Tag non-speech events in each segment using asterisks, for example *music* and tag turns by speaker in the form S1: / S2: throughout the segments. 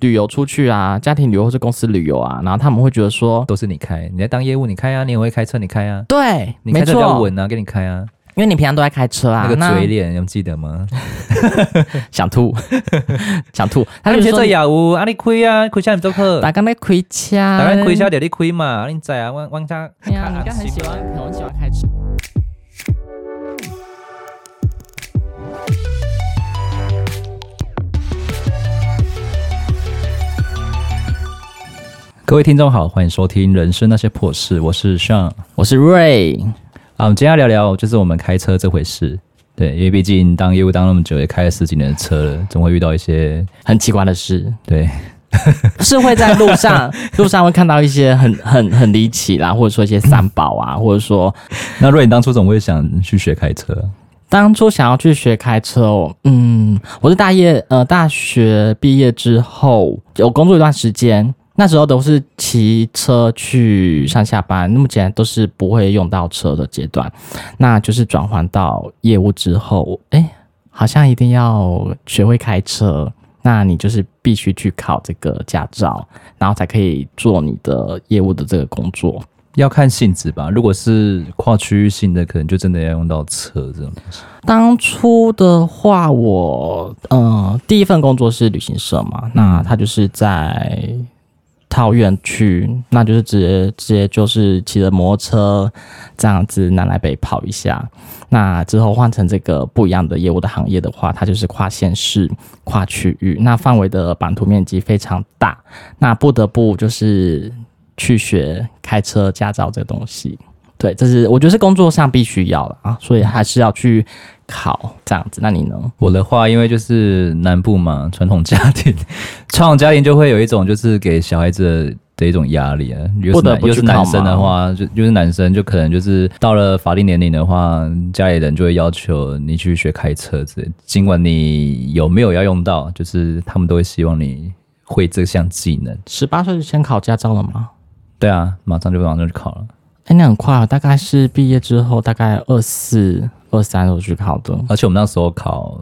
S1: 旅游出去啊，家庭旅游或是公司旅游啊，然后他们会觉得说，
S2: 都是你开，你在当业务，你开啊，你也会开车，你开啊，
S1: 对，
S2: 你
S1: 没
S2: 开车比较
S1: 错，
S2: 稳啊，给你开啊，
S1: 因为你平常都在开车啊，
S2: 那个
S1: 那
S2: 嘴脸，你们记得吗？
S1: 想吐， *laughs* 想吐，
S2: 啊，
S1: *laughs* 他
S2: 你
S1: 就觉
S2: 们学这
S1: 得
S2: 业务，啊，你开啊，开车你做客，
S1: 打刚在开车，
S2: 大概开车就你开嘛，啊你知啊，我我家
S1: 哎呀，你刚很喜欢，很喜欢开车。
S2: 各位听众好，欢迎收听《人生那些破事》，我是 Sean。
S1: 我是 Ray，
S2: 啊，我们今天要聊聊就是我们开车这回事。对，因为毕竟当业务当那么久，也开了十几年的车了，总会遇到一些
S1: 很奇怪的是，
S2: 对
S1: 是会在路上 *laughs* 路上会看到一些很很很离奇啦，或者说一些三宝啊，或者说
S2: 那瑞，你当初总会想去学开车啊？
S1: 当初想要去学开车哦，嗯，我是大业呃大学毕业之后有工作一段时间，那时候都是骑车去上下班，那么简单都是不会用到车的阶段，那就是转换到业务之后，哎、好像一定要学会开车。那你就是必须去考这个驾照，然后才可以做你的业务的这个工作。
S2: 要看性质吧。如果是跨区域性的，可能就真的要用到车这种东西。
S1: 当初的话我，呃第一份工作是旅行社嘛，那他就是在桃园区，那就是直接直接就是骑着摩托车这样子南来北跑一下。那之后换成这个不一样的业务的行业的话，它就是跨县市、跨区域，那范围的版图面积非常大，那不得不就是去学开车驾照这个东西。对，这是我觉得是工作上必须要的啊，所以还是要去考这样子。那你呢？
S2: 我的话，因为就是南部嘛，传统家庭， *laughs* 传统家庭就会有一种就是给小孩子。的一种压力啊，又
S1: 不
S2: 是
S1: 得
S2: 男
S1: 不
S2: 又是
S1: 去考
S2: 男生
S1: 吗
S2: 的话，就又是男生就可能就是到了法定年龄的话，家里人就会要求你去学开车之类，尽管你有没有要用到，就是他们都会希望你会这项技能。
S1: 十八岁就先考驾照了吗？
S2: 对啊，马上就马上就考了，
S1: 哎，那很快啊，大概是毕业之后，大概二四、二三我去考的。
S2: 而且我们那时候考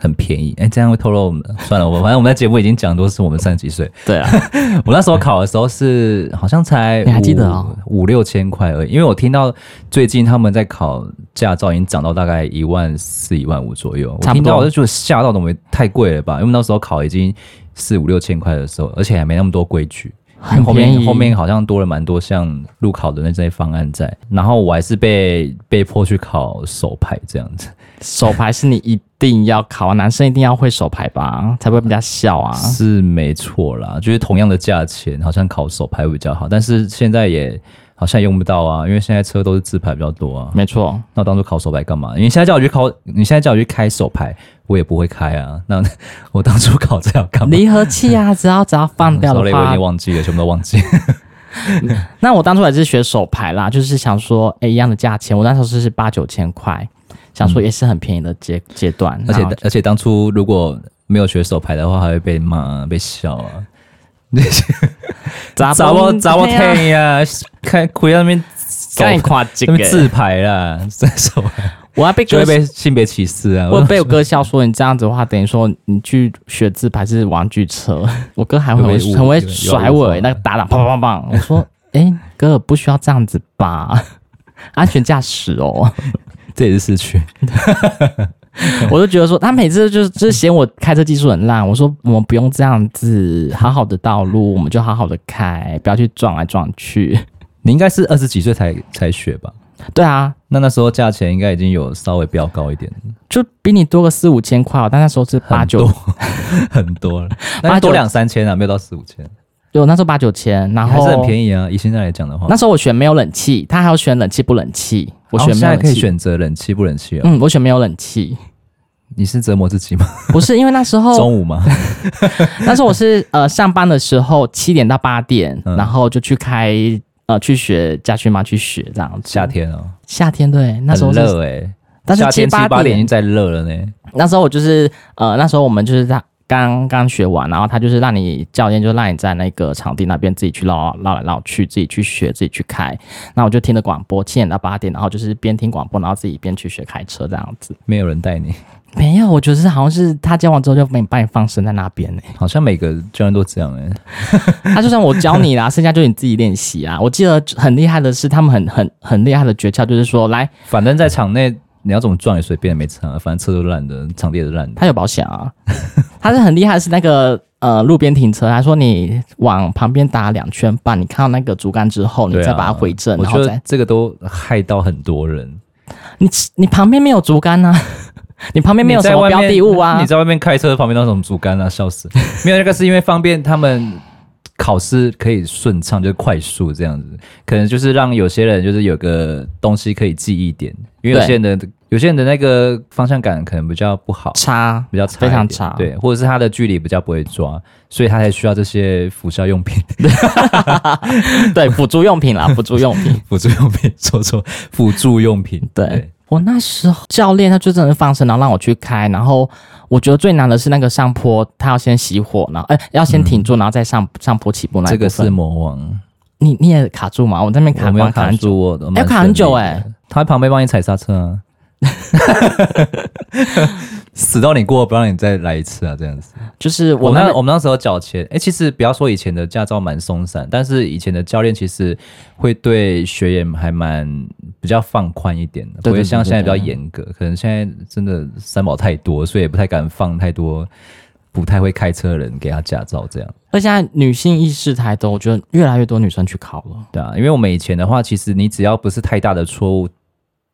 S2: 很便宜，哎、这样会透露我们的。算了，我反正我们在节目已经讲都是我们三十几岁，
S1: 对啊，
S2: *laughs* 我那时候考的时候是好像才
S1: 你还
S2: 五
S1: 记得哦
S2: 五六千块而已，因为我听到最近他们在考驾照已经涨到大概一万四、一万五左右，我
S1: 差不
S2: 听到
S1: 多
S2: 我就觉得吓到，怎么会太贵了吧？因为那时候考已经四五六千块的时候，而且还没那么多规矩。因为
S1: 很
S2: 后
S1: 便
S2: 面
S1: 宜。
S2: 后面好像多了蛮多像路考的那些方案在，然后我还是被被迫去考手牌这样子。
S1: 手牌是你一定要考啊，男生一定要会手牌吧，才不会被人家笑啊。
S2: 是没错啦，就是同样的价钱，好像考手牌会比较好，但是现在也好像也用不到啊，因为现在车都是自排比较多啊。
S1: 没错，
S2: 那我当初考手牌干嘛？你现在叫我去考，你现在叫我去开手牌，我也不会开啊。 *laughs* 那我当初考这要 *laughs* 干嘛？
S1: 离合器啊，只要只要放掉
S2: Sorry，
S1: 的
S2: 我已
S1: 话
S2: 经，忘记了，全部都
S1: *laughs*
S2: 忘记。
S1: 那我当初也是学手牌啦，就是想说，哎、一样的价钱，我那时候是八九千块，想说也是很便宜的阶阶段。
S2: 嗯而
S1: 然后
S2: 且而且当初如果没有学手牌的话，还会被骂啊、被笑啊。
S1: 杂
S2: 砸我
S1: 崩
S2: 砸我
S1: 对啊
S2: 天呀！开亏那边手 *laughs*
S1: 干你
S2: 那
S1: 夸这
S2: 边
S1: 个，
S2: 自排啦，这手牌
S1: 我要被
S2: 就
S1: 哥
S2: 会被性别歧视啊。
S1: *laughs* 我被我哥笑说你这样子的话，等于说你去学自排是玩具车。 *laughs* 我哥还会很会
S2: 有被
S1: 很会
S2: 有被误
S1: 甩我、欸
S2: 会
S1: 那个打打砰砰砰砰。我说，哎、哥不需要这样子吧， *laughs* 安全驾驶哦。
S2: *laughs*
S1: *laughs*
S2: 这也是市区。
S1: 我就觉得说，他每次就是就是嫌我开车技术很烂。我说我们不用这样子，好好的道路我们就好好的开，不要去撞来撞去。
S2: 你应该是二十几岁才才学吧？
S1: 对啊，
S2: 那那时候价钱应该已经有稍微飙高一点，
S1: 就比你多个四五千块、哦，但那时候是八
S2: 很
S1: 九
S2: 多 *laughs* 很多了，
S1: *laughs*
S2: 那
S1: 八九
S2: 就多两三千啊，没有到四五千，
S1: 有那时候八九千，然
S2: 还
S1: 后
S2: 是很便宜啊。以现在来讲的话，
S1: 那时候我选没有冷气，他还有选冷气不冷气，我
S2: 哦
S1: 选
S2: 现
S1: 没有冷
S2: 在可以
S1: 气。
S2: 选择冷气不冷气哦。
S1: 嗯，我选没有冷
S2: *laughs*
S1: 气，
S2: 你是折磨自己吗？
S1: 不是因为那时候，
S2: 中
S1: *laughs*
S2: 午吗？
S1: 那时候我是呃上班的时候七点到八点，
S2: 嗯
S1: 然后就去开呃去学家训嘛，去学这样子。
S2: 夏天哦，
S1: 夏天对，那时候
S2: 很
S1: 是，
S2: 热哎，
S1: 但是
S2: 夏天七
S1: 八
S2: 八点已经在热了呢。
S1: 那时候我就是呃那时候我们就是在刚刚学完，然后他就是让你教练就让你在那个场地那边自己去绕绕来绕去，自己去学，自己去开。那我就听着广播，七点到八点，然后就是边听广播，然后自己边去学开车这样子。
S2: 没有人带你，
S1: 没有，我觉得是好像是他教完之后就没把你放生在那边呢、欸
S2: 好像每个教练都这样哎、
S1: 他就算我教你
S2: *laughs*
S1: 啦，剩下就你自己练习啊。我记得很厉害的是，他们很很很厉害的诀窍就是说，来，
S2: 反正在场内你要怎么撞也随便，没差，啊反正车都烂的，场地也是烂的。
S1: 他有保险
S2: *laughs*
S1: 啊，他是很厉害，是那个呃路边停车，他说你往旁边打两圈半，你看到那个竹竿之后，你
S2: 对啊
S1: 再把它回正，
S2: 我
S1: 然
S2: 觉
S1: 后
S2: 得
S1: 再
S2: 这个都害到很多人。
S1: 你你旁边没有竹竿啊， *laughs* 你旁边没有什么标的物
S2: 你在外面
S1: 啊
S2: 你，在外面开车旁边那种竹竿啊，笑死！没有那个是因为方便他们考试可以顺畅，就是快速这样子，可能就是让有些人就是有个东西可以记忆点，因为有
S1: 对
S2: 些人的有些人的那个方向感可能比较不好。
S1: 差
S2: 比较差一点
S1: 非常差
S2: 对，或者是他的距离比较不会抓，所以他才需要这些辅效用品、
S1: 对辅助用品啦，辅助用品。
S2: 辅助用品， *laughs* 说错，辅助用品。
S1: 对，我那时候教练他就真的放生，然后让我去开，然后我觉得最难的是那个上坡，他要先熄火，然后哎、要先停住，然后再上上坡起步那一
S2: 这个
S1: 部分
S2: 是魔王，
S1: 你你也卡住嘛？我那边卡
S2: 我们要
S1: 关
S2: 卡
S1: 很久，
S2: 住我的，
S1: 要卡很久
S2: 哎、
S1: 欸
S2: 他在旁边帮你踩刹车
S1: *laughs*
S2: 啊，死到你过，不让你再来一次啊，这样子。
S1: 就是我
S2: 我们
S1: 那
S2: 那我们那时候缴钱，哎、其实不要说以前的驾照蛮松散，但是以前的教练其实会对学员还蛮比较放宽一点的，
S1: 对对
S2: 不会像
S1: 对对
S2: 现在比较
S1: 对
S2: 严格。可能现在真的三宝太多，所以也不太敢放太多不太会开车的人给他驾照这样。
S1: 而且现在女性意识抬头，我觉得越来越多女生去考了。
S2: 对啊，因为我们以前的话，其实你只要不是太大的错误，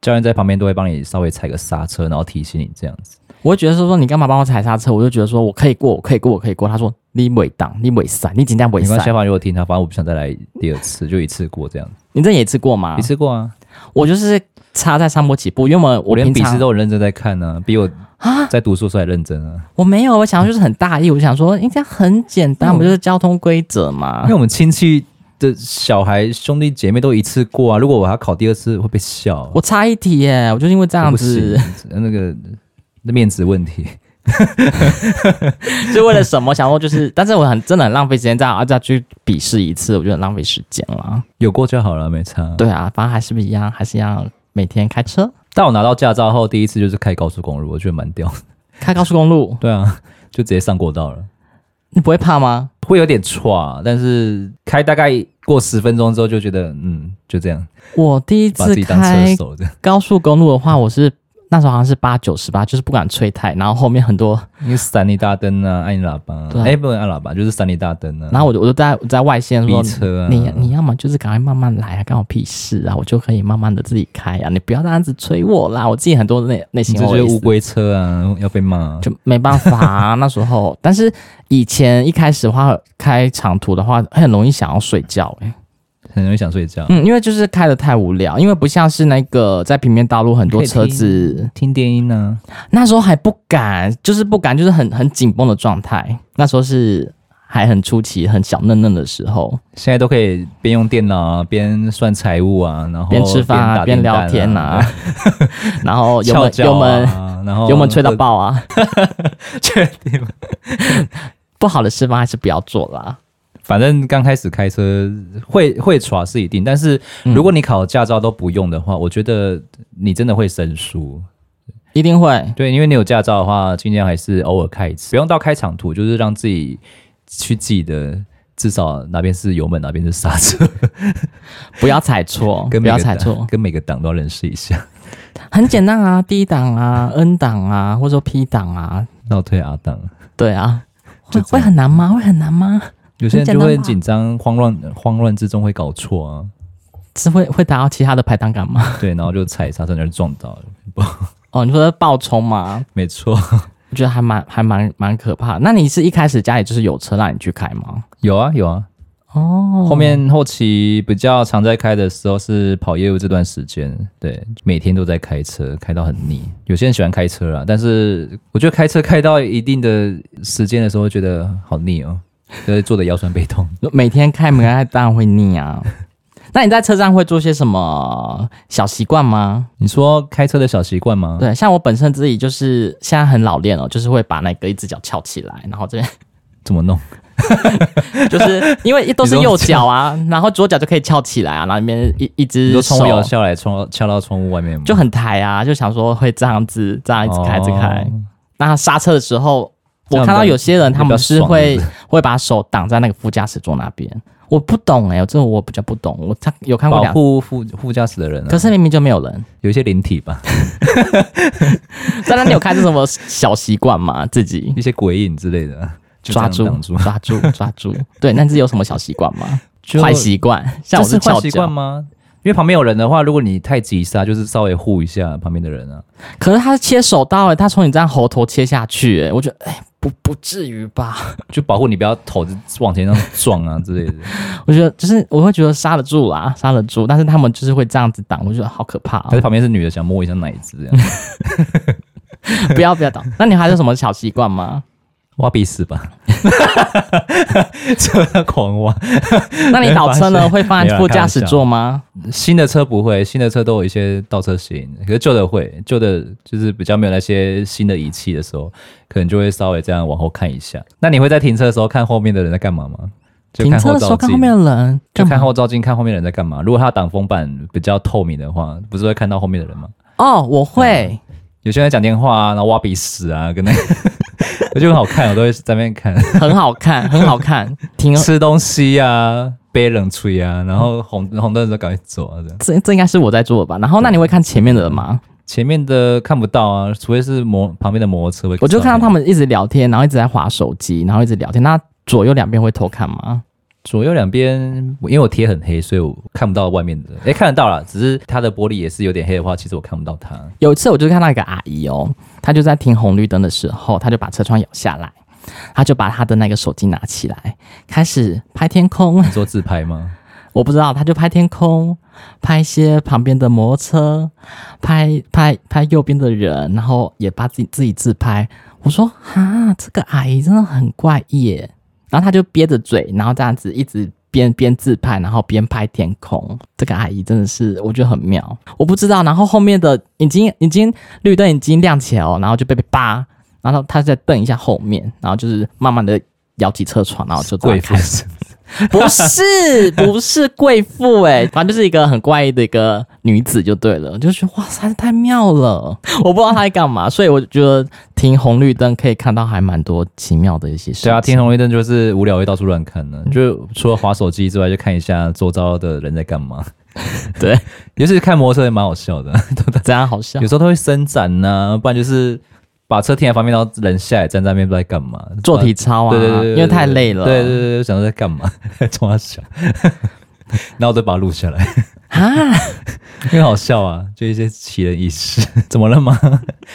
S2: 教练在旁边都会帮你稍微踩个刹车，然后提醒你这样子。
S1: 我会觉得说说你干嘛帮我踩刹车？我就觉得说我可以过，我可以过，我可以过。他说你尾档，你尾塞，你尽量尾
S2: 没关系，
S1: 塞。
S2: 反正我听他，反正我不想再来第二次，就一次过啊这样子，
S1: 你这也一次过吗
S2: 一？次过啊。
S1: 我就是插在上坡起步，因为我
S2: 我
S1: 我
S2: 连
S1: 平
S2: 笔试
S1: 常
S2: 都很认真在看呢、比我
S1: 啊
S2: 在读书的时候还认真啊。
S1: 我没有，我想要就是很大意，我就想说应该很简单，
S2: 嗯
S1: 不就是交通规则
S2: 因
S1: 嘛
S2: 为？我们亲戚的小孩兄弟姐妹都一次过啊，如果我还要考第二次会被笑，啊
S1: 我差一题 *laughs* 耶，我就因为这
S2: 这
S1: 样子，
S2: 那个那面子
S1: *laughs*
S2: 问题。
S1: 是为了什么？想说就是，但是我很真的很浪费时间，再啊要再去笔试一次，我觉得很浪费时间了。
S2: 有过就好了，没差。
S1: 对啊，反正还是不一样，还是一样每天开车
S2: 但我拿到驾照后，第一次就是开高速公路，我觉得蛮屌的。
S1: 开高速公路，
S2: 对啊，就直接上国道了。
S1: 你不会怕吗？
S2: 会有点歘，但是开大概过十分钟之后就觉得，嗯，就这样，
S1: 我第一
S2: 把
S1: 次
S2: 自己当车
S1: 开
S2: 手这样，
S1: 高速公路的话，我是那时候好像是八九十吧，就是不敢吹太，然后后面很多，
S2: 因为闪你大灯啊，按你喇叭、啊，
S1: 对
S2: 哎
S1: 啊、
S2: 不能按喇叭，就是闪你大灯啊，
S1: 然后我就我就在我在外线说
S2: 逼。车啊，
S1: 你你要么就是赶快慢慢来啊，干我屁事啊！我就可以慢慢的自己开啊，你不要这样子催我啦！我自己很多内内
S2: 你
S1: 心
S2: 这就是乌
S1: OS
S2: 龟车啊，要被骂、啊。
S1: 就没办法、啊。那时候， *laughs* 但是以前一开始的话，开长途的话，很容易想要睡觉、
S2: 嗯
S1: 欸。
S2: 很容易想睡觉，
S1: 嗯，因为就是开的太无聊，因为不像是那个在平面道路很多车子，
S2: 听电音啊呢、
S1: 那时候还不敢，就是不敢，就是很很紧绷的状态。那时候是还很初期、很小嫩嫩的时候，
S2: 啊，现在都可以边用电脑啊，边算财务啊，然后
S1: 边吃饭啊，边
S2: 边
S1: 聊天
S2: 呐、
S1: 啊， *laughs* 然后油
S2: 翘
S1: 门
S2: 脚
S1: 油门
S2: 啊，然后
S1: 油门吹到爆啊，
S2: *laughs* 确定吗？
S1: *laughs* 不好的示范还是不要做啦。
S2: 反正刚开始开车会会耍是一定，但是如果你考驾照都不用的话，我觉得你真的会生疏。
S1: 一定会，
S2: 对，因为你有驾照的话，尽量还是偶尔开一次，不用到开场途，就是让自己去记得至少哪边是油门，哪边是刹
S1: *laughs*
S2: 车，
S1: 不要踩错，
S2: *laughs* 跟
S1: 不
S2: 每
S1: 要
S2: 个
S1: 踩错
S2: 档，跟每个档都要认识一下，
S1: 很简单啊，D *laughs* 档啊，N 档啊，或者说 P 档啊，
S2: 倒退 R 档。
S1: 对啊，
S2: 就
S1: 会
S2: 这
S1: 会
S2: 样
S1: 很难吗？会很难吗？
S2: 有些人
S1: 很简
S2: 就
S1: 单
S2: 会
S1: 吧
S2: 紧张、慌乱、慌乱之中会搞错啊，
S1: 是会会达到其他的排档感吗？ *laughs*
S2: 对，然后就踩刹车，然后就撞到了，
S1: 哦，你说爆冲吗？
S2: 没错。
S1: 我觉得还蛮还蛮蛮可怕的。那你是一开始家里就是有车让你去开吗？
S2: 有啊，有啊，
S1: 哦，
S2: 后面后期比较常在开的时候是跑业务这段时间，对，每天都在开车，开到很腻。有些人喜欢开车啦，但是我觉得开车开到一定的时间的时候，会觉得好腻哦，就是坐的腰酸背痛。 *laughs*
S1: 每天开门开当然会腻啊。那你在车站会做些什么小习惯吗？
S2: 你说开车的小习惯吗？
S1: 对，像我本身自己就是现在很老练哦，就是会把那个一只脚翘起来，然后这边 *laughs*
S2: 怎么弄？
S1: 就是因为都是
S2: 你说
S1: 右脚啊，然后左脚就可以翘起来啊，然后里面一一
S2: 你
S1: 只
S2: 说
S1: 手
S2: 窗户摇下来，窗敲到窗户外面吗？
S1: 就很抬啊，就想说会这样子这样一直开一直开。
S2: 哦
S1: 那刹车的时候，我
S2: 这样
S1: 看
S2: 比较
S1: 到有些人他们是
S2: 比
S1: 会
S2: 较爽
S1: 会把手挡在那个副驾驶座那边，我不懂哎、欸，这个我比较不懂，我他有看过
S2: 保
S1: 两，
S2: 护副副驾驶的人、啊，
S1: 可是明明就没有人。
S2: 有一些灵体吧， *laughs*
S1: 在那你有开始什么小习惯
S2: *laughs*
S1: 吗？自己
S2: 一些鬼影之类的，啊就这
S1: 抓
S2: 样
S1: 住
S2: 挡住，
S1: 抓住 *laughs* 抓住，对，那自己有什么小习惯吗？
S2: 就
S1: 坏习惯，像
S2: 这
S1: 我
S2: 是坏
S1: 翘
S2: 习惯
S1: 脚，
S2: 吗？因为旁边有人的话，如果你太急刹，就是稍微护一下旁边的人
S1: *laughs*
S2: 啊。
S1: 可是他切手刀哎、欸，他从你这样喉头切下去哎、
S2: 嗯
S1: 欸，我觉得哎、不不至于
S2: *laughs*
S1: 吧？
S2: 就保护你不要头子往前这样撞啊之类
S1: *laughs*
S2: 的。
S1: 我觉得就是我会觉得刹得住啦，刹得住，但是他们就是会这样子挡，我觉得好可怕、
S2: 可是
S1: 哦。
S2: 旁边是女的，想摸一下奶子这
S1: *laughs*
S2: 样，
S1: 不要不
S2: *laughs*
S1: 要挡，那你还有什么小习惯吗？
S2: 挖鼻屎
S1: *laughs*
S2: 吧，就狂挖。
S1: 那你倒车呢？会放
S2: 没有
S1: 在
S2: 啦
S1: 副驾驶座吗？
S2: 新的车不会，新的车都有一些倒车型，可是旧的会，旧的就是比较没有那些新的仪器的时候，可能就会稍微这样往后看一下。那你会在停车的时候看后面的人在干嘛吗？就
S1: 停
S2: 看
S1: 车
S2: 后
S1: 的时候
S2: 照
S1: 看
S2: 镜
S1: 后。面的人，
S2: 就
S1: 干
S2: 看
S1: 嘛？
S2: 后照镜，看后面的人在干嘛。如果他挡风板比较透明的话，不是会看到后面的人吗？
S1: 哦，我
S2: *laughs*
S1: 会。
S2: 有些人在讲电话啊，然后挖鼻屎啊，跟那个， *laughs* 我觉得很好看，我都会在那边看。
S1: 很好看，很好看，挺
S2: 吃东西啊，背冷吹啊，然后红红灯的时候赶快走啊，这样。
S1: 这这应该是我在做的吧。然后，那你会看前面的人吗？
S2: 前面的看不到啊，除非是摩旁边的摩托车会。
S1: 我就看到他们一直聊天，然后一直在划手机，然后一直聊天。那左右两边会偷看吗？
S2: 左右两边，因为我贴很黑，所以我看不到外面的。诶，看得到啦，只是它的玻璃也是有点黑的话，其实我看不到它。
S1: 有一次我就看到一个阿姨哦，她就在停红绿灯的时候，她就把车窗摇下来，她就把她的那个手机拿起来，开始拍天空。 *laughs*
S2: 你说自拍吗？
S1: 我不知道，她就拍天空，拍一些旁边的摩托车，拍拍拍右边的人，然后也把自己自己自拍。我说哈，这个阿姨真的很怪异耶。然后她就憋着嘴，然后这样子一直边边自拍，然后边拍天空。这个阿姨真的是，我觉得很妙。我不知道，然后后面的已经已经绿灯已经亮起来哦，然后就被被扒，然后她再瞪一下后面，然后就是慢慢的摇起车窗，然后就这
S2: 贵
S1: 样
S2: 妇
S1: 开始。不是，不是贵妇哎，反正就是一个很怪异的一个女子就对了，就觉得哇塞，太妙了！ *laughs* 我不知道她在干嘛，所以我觉得停红绿灯可以看到还蛮多奇妙的一些事情。
S2: 对啊，天红绿灯就是无聊会到处乱看啊呢、就除了划手机之外，就看一下周遭的人在干嘛。
S1: *laughs* 对，啊
S2: 尤其是看摩托车也蛮好
S1: *laughs*
S2: 笑的，
S1: 这样好笑
S2: 有。时候它会伸展呐、不然就是把车停在旁边，然后人下来站在那边不知道在干嘛，
S1: 做题操啊，
S2: 对对对对
S1: 因为太累了。
S2: 对对对对，想说在干嘛， *laughs* 冲他笑，然后我就把它录下来，
S1: 啊，
S2: 因为好笑啊，就一些奇人异事， *laughs* 怎么了吗？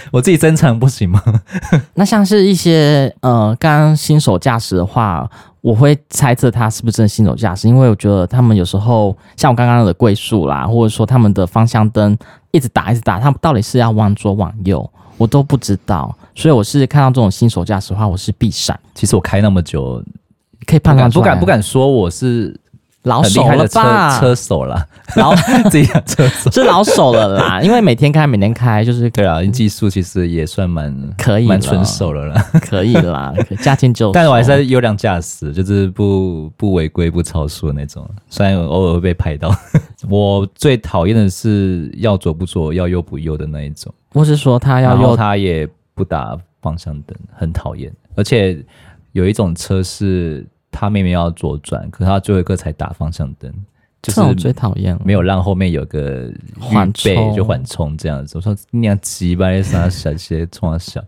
S2: 我自己珍藏不行吗？
S1: 那像是一些呃，刚刚新手驾驶的话，我会猜测他是不是真的新手驾驶，因为我觉得他们有时候像我刚刚的龟速啦，或者说他们的方向灯一直打一直打，他们到底是要往左往右，我都不知道。所以我是看到这种新手驾驶的话，我是必闪，
S2: 其实我开那么久，
S1: 可以
S2: 不
S1: 判断
S2: 敢
S1: 出
S2: 不
S1: 来
S2: 敢不敢说我是
S1: 老
S2: 很厉
S1: 手
S2: 害
S1: 了
S2: 的车
S1: 吧？
S2: 车手啦，
S1: 老。
S2: *laughs* 自己讲车手
S1: 是老手了啦， *laughs* 因为每天开每天开就是
S2: 对啊，技术其实也算蛮
S1: 嗯可以
S2: 蛮
S1: 了
S2: 纯熟了啦。
S1: 可以
S2: *laughs*
S1: 啦，可驾轻就熟。
S2: 但我还是在优良驾驶，就是不不违规、不超速的那种。虽然偶尔会被
S1: *laughs*
S2: 拍到，我最讨厌的是要左不左、要右不右的那一种。
S1: 或是说他要
S2: 然后
S1: 哎右
S2: 他也不打方向灯，很讨厌。而且有一种车是他明明要左转，可是他最后一刻才打方向灯，
S1: 这
S2: 就
S1: 种
S2: 是
S1: 最讨厌了。
S2: 没有让后面有个
S1: 缓
S2: 预备
S1: 冲
S2: 就缓冲这样子。我说你娘鸡巴那啥小些冲啊小，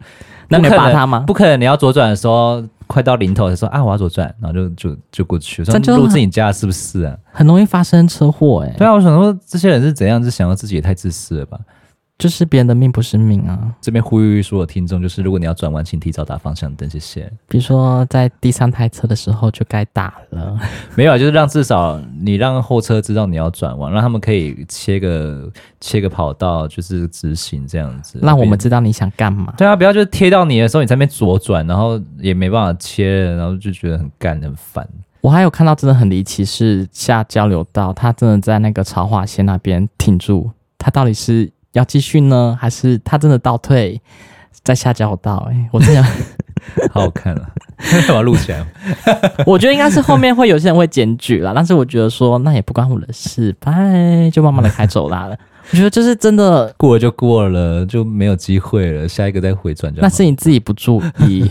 S1: 那你
S2: 不可
S1: 扒
S2: 能
S1: 他吗
S2: 不可能，你要左转的时候，快到零头的时候啊，我要左转，然后就就就过去。我
S1: 这
S2: 说
S1: 就
S2: 路自己家是不是啊？
S1: 很容易发生车祸哎、
S2: 对啊，我想说这些人是怎样，是想到自己也太自私了吧？
S1: 就是别人的命不是命啊。
S2: 这边呼吁所有听众，就是如果你要转弯，请提早打方向灯，谢谢。
S1: 比如说在第三台车的时候就该打了，
S2: *laughs* 没有，啊，就是让至少你让后车知道你要转弯，让他们可以切个切个跑道，就是直行这样子。
S1: 让我们知道你想干嘛。
S2: 对啊，不要就是贴到你的时候，你在那边左转，然后也没办法切了，然后就觉得很干很烦。 *laughs*
S1: 我还有看到真的很离奇，是下交流道，他真的在那个潮化线那边停住，他到底是要继续呢，还是他真的倒退在下交流道、欸？哎，我真的，
S2: 好好看
S1: *laughs*
S2: 啊！干嘛录起来？ *laughs*
S1: 我觉得应该是后面会有些人会检举啦，但是我觉得说那也不关我的事，拜，就慢慢的开走啦了。我觉得就是真的，
S2: 过了就过了，就没有机会了，下一个再回转就好。
S1: 那是你自己不注意，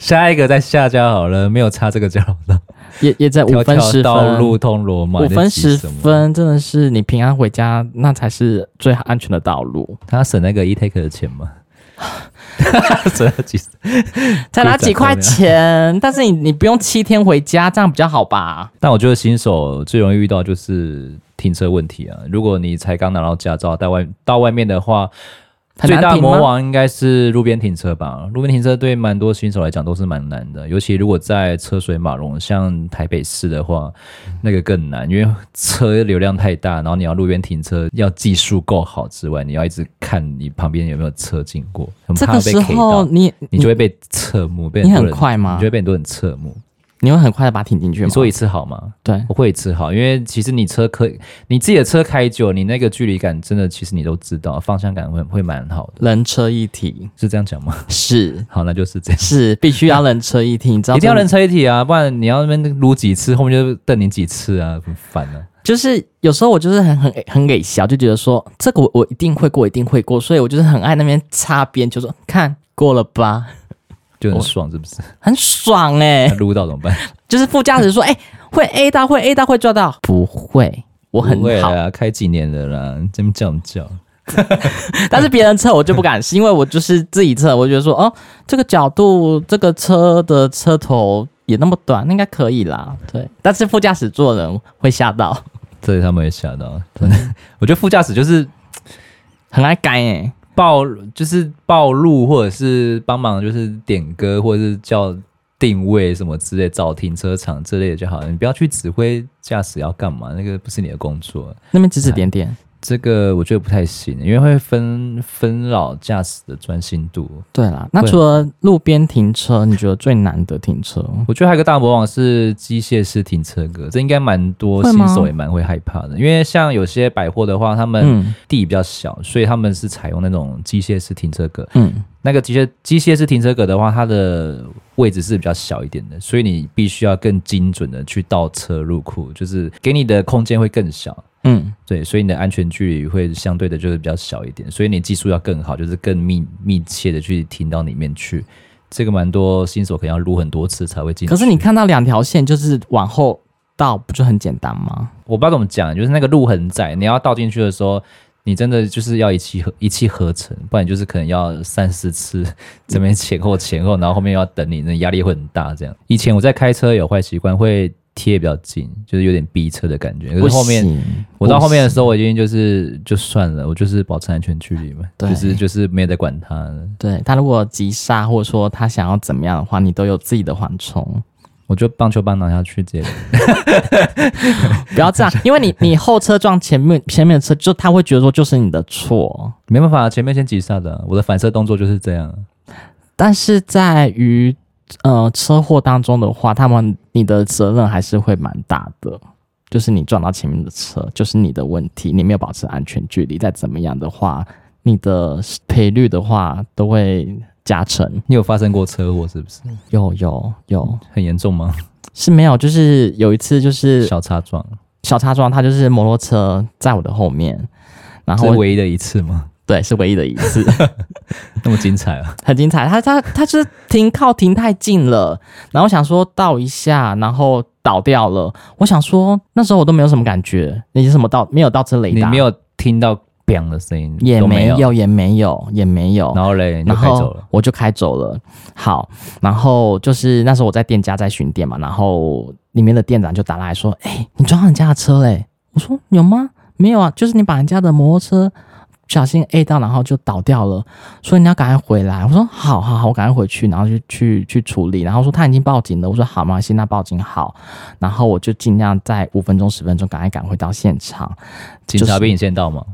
S2: 下一个再下交好了，没有差这个交流道。
S1: 也也在 *laughs* 五
S2: 条
S1: 分
S2: 条
S1: 十
S2: 道
S1: 分。
S2: 路通罗马，
S1: 五
S2: 你在
S1: 分
S2: 急
S1: 十
S2: 什么，
S1: 分真的是你平安回家，那才是最安全的道路。
S2: 他省那个 e take 的
S1: *laughs*
S2: 钱吗？省了几十？
S1: 才拿几块钱，但是你你不用七天回家，这样比较好吧？
S2: 但我觉得新手最容易遇到就是停车问题啊。如果你才刚拿到驾照，到外到外面的话，
S1: 很
S2: 最
S1: 难
S2: 大
S1: 停吗
S2: 魔王应该是路边停车吧？路边停车对蛮多新手来讲都是蛮难的，尤其如果在车水马龙，像台北市的话，那个更难，因为车流量太大，然后你要路边停车，要技术够好之外，你要一直看你旁边有没有车经过，很
S1: 这
S2: 怕
S1: 个
S2: 被
S1: 时
S2: K 到
S1: 候，你
S2: 你就会被侧目，被
S1: 你
S2: 多
S1: 很
S2: 人
S1: 快吗
S2: 你就会被很多人侧目。
S1: 你会很快的把它停进去吗？
S2: 你说一次好吗？
S1: 对，
S2: 我会一次好，因为其实你车可以，你自己的车开久，你那个距离感真的，其实你都知道，方向感会会蛮好的，
S1: 人车一体
S2: 是这样讲吗？
S1: 是
S2: 好，那就是这样。
S1: 是必须要人车一体，你知道
S2: 一定要
S1: 这
S2: 人车一体啊，不然你要那边撸几次，后面就瞪你几次啊，很烦啊。
S1: 就是有时候我就是很很很给笑，就觉得说这个我我一定会过，一定会过，所以我就是很爱那边擦边，就说看过了吧，
S2: 就很爽，是不是？
S1: 很爽哎、
S2: *laughs* 那撸到怎么办？
S1: 就是副驾驶说哎、会 A 到会 A 到会抓到，不会。我
S2: 我
S1: 很
S2: 会
S1: 好，
S2: 啊，开几年的啦，你这么叫你叫，
S1: *laughs* 但是别人测我就不敢试，因为我就是自己测，我就觉得说，哦，这个角度，这个车的车头也那么短，那应该可以啦。对，但是副驾驶座的人会吓到，
S2: 这里他们也吓到。
S1: 嗯
S2: *laughs* 我觉得副驾驶就是
S1: 很爱该哎、
S2: 暴，就是暴露，或者是帮忙，就是点歌，或者是叫定位什么之类，找停车场之类的就好了。你不要去指挥驾驶要干嘛，那个不是你的工作。
S1: 那边指指点点。
S2: 这个我觉得不太行，因为会分分扰驾驶的专心度。
S1: 对啦，那除了路边停车，你觉得最难的停车？
S2: 我觉得还有一个大魔王是机械式停车格，这应该蛮多
S1: 会吗
S2: 新手也蛮会害怕的，因为像有些百货的话，他们
S1: 嗯
S2: 地比较小，所以他们是采用那种机械式停车格。
S1: 嗯，
S2: 那个机械机械式停车格的话，它的位置是比较小一点的，所以你必须要更精准的去倒车入库，就是给你的空间会更小。
S1: 嗯，
S2: 对，所以你的安全距离会相对的就是比较小一点，所以你技术要更好，就是更密密切的去停到里面去。这个蛮多新手可能要撸很多次才会进去。
S1: 可是你看到两条线就是往后倒，不就很简单吗？
S2: 我不知道怎么讲，就是那个路很窄，你要倒进去的时候，你真的就是要一气呵一气呵成，不然就是可能要三四次 *laughs* 这边前后前后，然后后面又要等你，那压力会很大。这样，以前我在开车有坏习惯，会贴比较近，就是有点逼车的感觉。可
S1: 不
S2: 是后面
S1: 行
S2: 我到后面
S1: 不
S2: 的
S1: 行
S2: 时候，我已经就是就算了，我就是保持安全距离嘛，
S1: 对
S2: 就是就是没有在管它了。
S1: 对他如果急刹或者说他想要怎么样的话，你都有自己的缓冲。
S2: 我就棒球棒拿下去，直接
S1: 不要这
S2: *laughs*
S1: 样，因为你你后车撞前面前面的车，就他会觉得说就是你的错。
S2: 没办法，前面先急刹的啊，我的反射动作就是这样啊。
S1: 但是在于呃车祸当中的话，他们你的责任还是会蛮大的，就是你撞到前面的车，就是你的问题，你没有保持安全距离，再怎么样的话，你的赔率的话都会加成。
S2: 你有发生过车祸是不是？
S1: 有有有，
S2: 很严重吗？
S1: 是没有？就是有一次就是
S2: 小擦撞。
S1: 小插桩，他就是摩托车在我的后面，然后
S2: 是
S1: 我
S2: 唯一的一次吗？
S1: 对是唯一的一次，
S2: *laughs* 那么精彩啊！
S1: 很精彩。他他他就是停靠停太近了，然后想说倒一下，然后倒掉了。我想说那时候我都没有什么感觉，你是什么倒没有倒车雷
S2: 你
S1: 达，
S2: 没有听到“ b a n g 的声音，
S1: 也
S2: 都没
S1: 没，也没有也没有，
S2: 然后嘞，你就
S1: 然
S2: 开走
S1: 后
S2: 了。
S1: 我就开走了。好，然后就是那时候我在店家在巡店嘛，然后里面的店长就打来说：“哎、你撞到人家的车嘞、欸我说：“有吗？没有啊，就是你把人家的摩托车不小心 A 到，然后就倒掉了，所以你要赶快回来。”我说：“好好好，我赶快回去，然后就去去处理。”然后说他已经报警了，我说：“好嘛，现在报警好。”然后我就尽量在五分钟、十分钟赶快赶回到现场。
S2: 警
S1: 就
S2: 察
S1: 是
S2: 比你先到吗？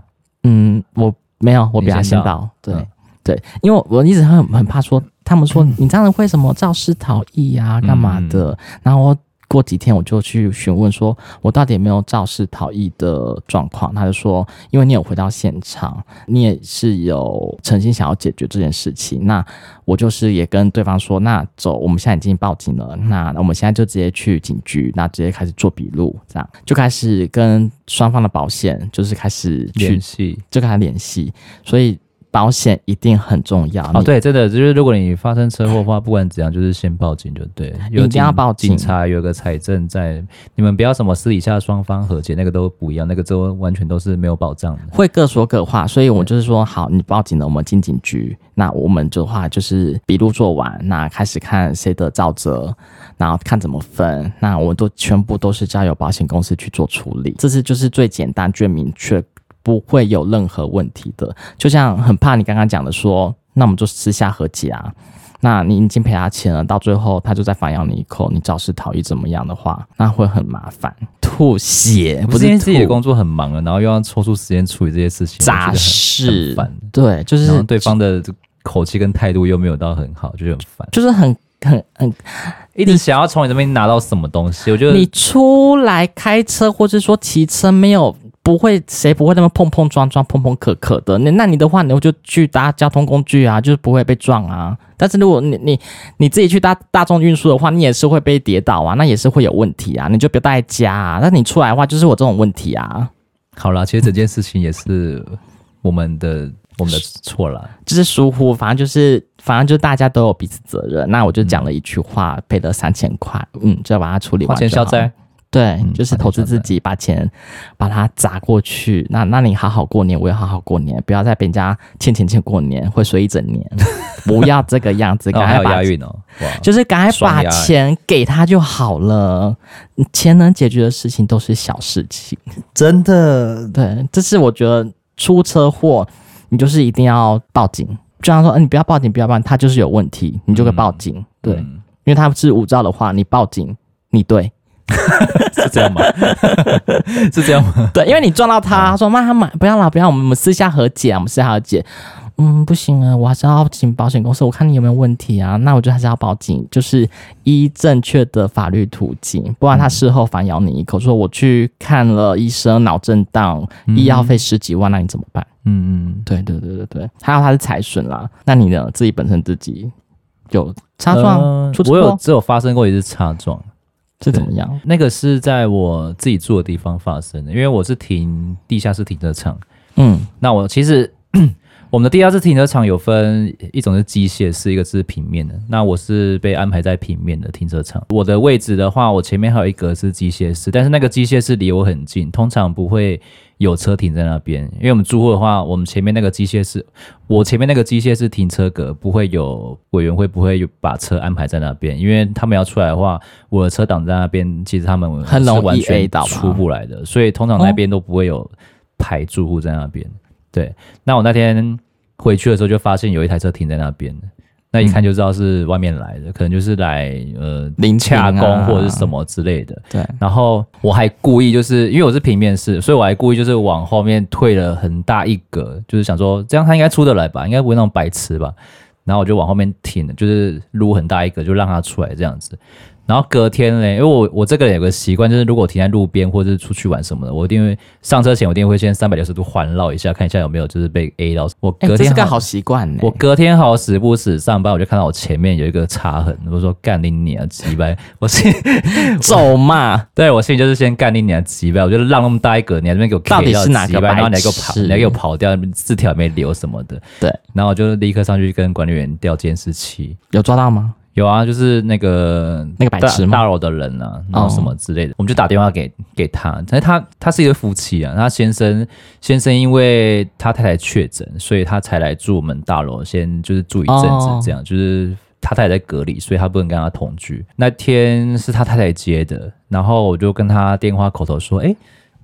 S1: 嗯，我没有，我比他
S2: 你
S1: 先
S2: 先
S1: 到。对、
S2: 嗯
S1: 对，因为我一直很很怕说，他们说你这样子会什么肇事逃逸啊，干嘛的？然后我过几天我就去询问说，我到底有没有肇事逃逸的状况？他就说，因为你有回到现场，你也是有诚心想要解决这件事情。那我就是也跟对方说，那走，我们现在已经报警了，那我们现在就直接去警局，那直接开始做笔录，这样就开始跟双方的保险就是开始去
S2: 联系
S1: 就跟他联系，所以保险一定很重要。
S2: 哦，
S1: 你
S2: 对，真的就是如果你发生车祸的话，不管怎样，就是先报警就对，有
S1: 一定要
S2: 警
S1: 报警
S2: 警察有个财政在，你们不要什么私底下双方和解，那个都不一样，那个都完全都是没有保障的。
S1: 会各说各话，所以我就是说，好，你报警了，我们进警局。那我们的话就是笔录做完，那开始看谁的照责，然后看怎么分。那我都全部都是交由保险公司去做处理，这是就是最简单、最明确，不会有任何问题的。就像很怕你刚刚讲的说，那我们就私下和解啊。那你已经赔他钱了，到最后他就再反咬你一口，你肇事逃逸怎么样的话，那会很麻烦，吐血
S2: 哎不
S1: 不
S2: 是因为自己的
S1: 吐
S2: 工作很忙啊了，然后又要抽出时间处理这些事情，
S1: 杂
S2: 我觉得很
S1: 事
S2: 很烦，
S1: 对，就
S2: 然后
S1: 是
S2: 对方的口气跟态度又没有到很好，就是很烦，
S1: 就是很很很，
S2: 一直想要从你这边拿到什么东西，我觉得
S1: 你出来开车或是说骑车没有。不会，谁不会那么碰碰撞撞、碰碰磕磕的？那那你的话，你就去搭交通工具啊，就是不会被撞啊。但是如果你你你自己去搭大众运输的话，你也是会被跌倒啊，那也是会有问题啊。你就别待在家啊。那你出来的话，就是我这种问题啊，
S2: 好啦，其实整件事情也是我们的我们的错啦。
S1: 就是疏忽，反正就是反正就是大家都有彼此责任。那我就讲了一句话，赔了三千块，嗯，就要把它处理
S2: 花
S1: 完。
S2: 钱消灾，，
S1: 对，
S2: 嗯
S1: 就是
S2: 把
S1: 投
S2: 钱
S1: 资自
S2: 赚回来
S1: 己，把钱把它砸过去。那那你好好过年，我也好好过年，不要再被人家欠钱欠过年，会睡一整
S2: *laughs*
S1: 年。不要这个样子，
S2: 哦，
S1: 赶
S2: 还
S1: 快
S2: 有
S1: 把
S2: 押
S1: *laughs*
S2: 韵哦，哇！
S1: 就是赶快
S2: 双
S1: 把
S2: 押欸
S1: 钱给他就好了。钱能解决的事情都是小事情。
S2: 真的，
S1: *laughs* 对，这是我觉得出车祸，你就是一定要报警。就像说，嗯，你不要报警，不要报警，他就是有问题，你就会报警。对，因
S2: 嗯，
S1: 为他是无照的话，你报警，你对。
S2: 是这样
S1: *laughs*
S2: 吗？ *laughs* 是这样吗？
S1: 对，因为你撞到他，他说妈妈不要啦，不要，我们我们私下和解啊，我们私下和解。嗯，不行啊，我还是要请保险公司，我看你有没有问题啊。那我觉得还是要报警，就是依正确的法律途径，不然他事后反咬你一口，说我去看了医生，脑震荡，医药费十几万，那你怎么办？
S2: 嗯嗯，
S1: 嗯对对对对对，还有他是财损啦，那你呢？自己本身自己有擦撞、
S2: 呃
S1: 出车
S2: 我有
S1: 祸
S2: 只有发生过一次擦撞，
S1: 是怎么样？
S2: 那个是在我自己住的地方发生的，因为我是停地下室停车场。
S1: 嗯
S2: 那我其实 *clears throat* 我们的地下室停车场有分一种是机械式，一个是平面的。那我是被安排在平面的停车场。我的位置的话，我前面还有一格是机械式，但是那个机械室离我很近，通常不会有车停在那边。因为我们住户的话，我们前面那个机械室，我前面那个机械室停车格不会有委员会不会有把车安排在那边，因为他们要出来的话，我的车挡在那边，其实他们
S1: 很容易
S2: 是完
S1: A
S2: 全
S1: 到吧
S2: 出不来的，所以通常那边都不会有排住户在那边。对，那我那天回去的时候就发现有一台车停在那边，那一看就知道是外面来的，可能就是来呃
S1: 临停啊
S2: 洽工或者是什么之类的。
S1: 对，
S2: 然后我还故意就是因为我是平面式，所以我还故意就是往后面退了很大一格，就是想说这样他应该出得来吧，应该不会那种白痴吧。然后我就往后面挺，就是撸很大一格，就让他出来这样子。然后隔天嘞，因为我我这个人有个习惯，就是如果我停在路边或者是出去玩什么的，我一定会上车前我一定会先三百六十度环绕一下，看一下有没有就是被 A 到。我
S1: 哎、
S2: 隔
S1: 这
S2: 天
S1: 是个好习惯呢。
S2: 我隔天好死不死上班，我就看到我前面有一个擦痕，我说干你你啊鸡掰！我心
S1: 咒骂。
S2: 对我心里就是先干你娘鸡巴，我就让那么大一个，你还在那边给我 K
S1: 到底
S2: 到
S1: 是哪个
S2: 鸡巴
S1: 白
S2: 然后你还给我跑，
S1: 痴
S2: 你还给我跑掉，字条也没留什么的。
S1: 对，
S2: 然后我就立刻上去跟管理员调监视器。
S1: 有抓到吗？
S2: 有啊，就是那个
S1: 那个白痴
S2: 大
S1: 吗哦
S2: 大楼的人啊，然后什么之类的，我们就打电话给给他，但是他他是一对夫妻啊，他先生先生因为他太太确诊，所以他才来住我们大楼，先就是住一阵子
S1: 哦
S2: 这样，就是他太太在隔离，所以他不能跟他同居。那天是他太太接的，然后我就跟他电话口头说，哎、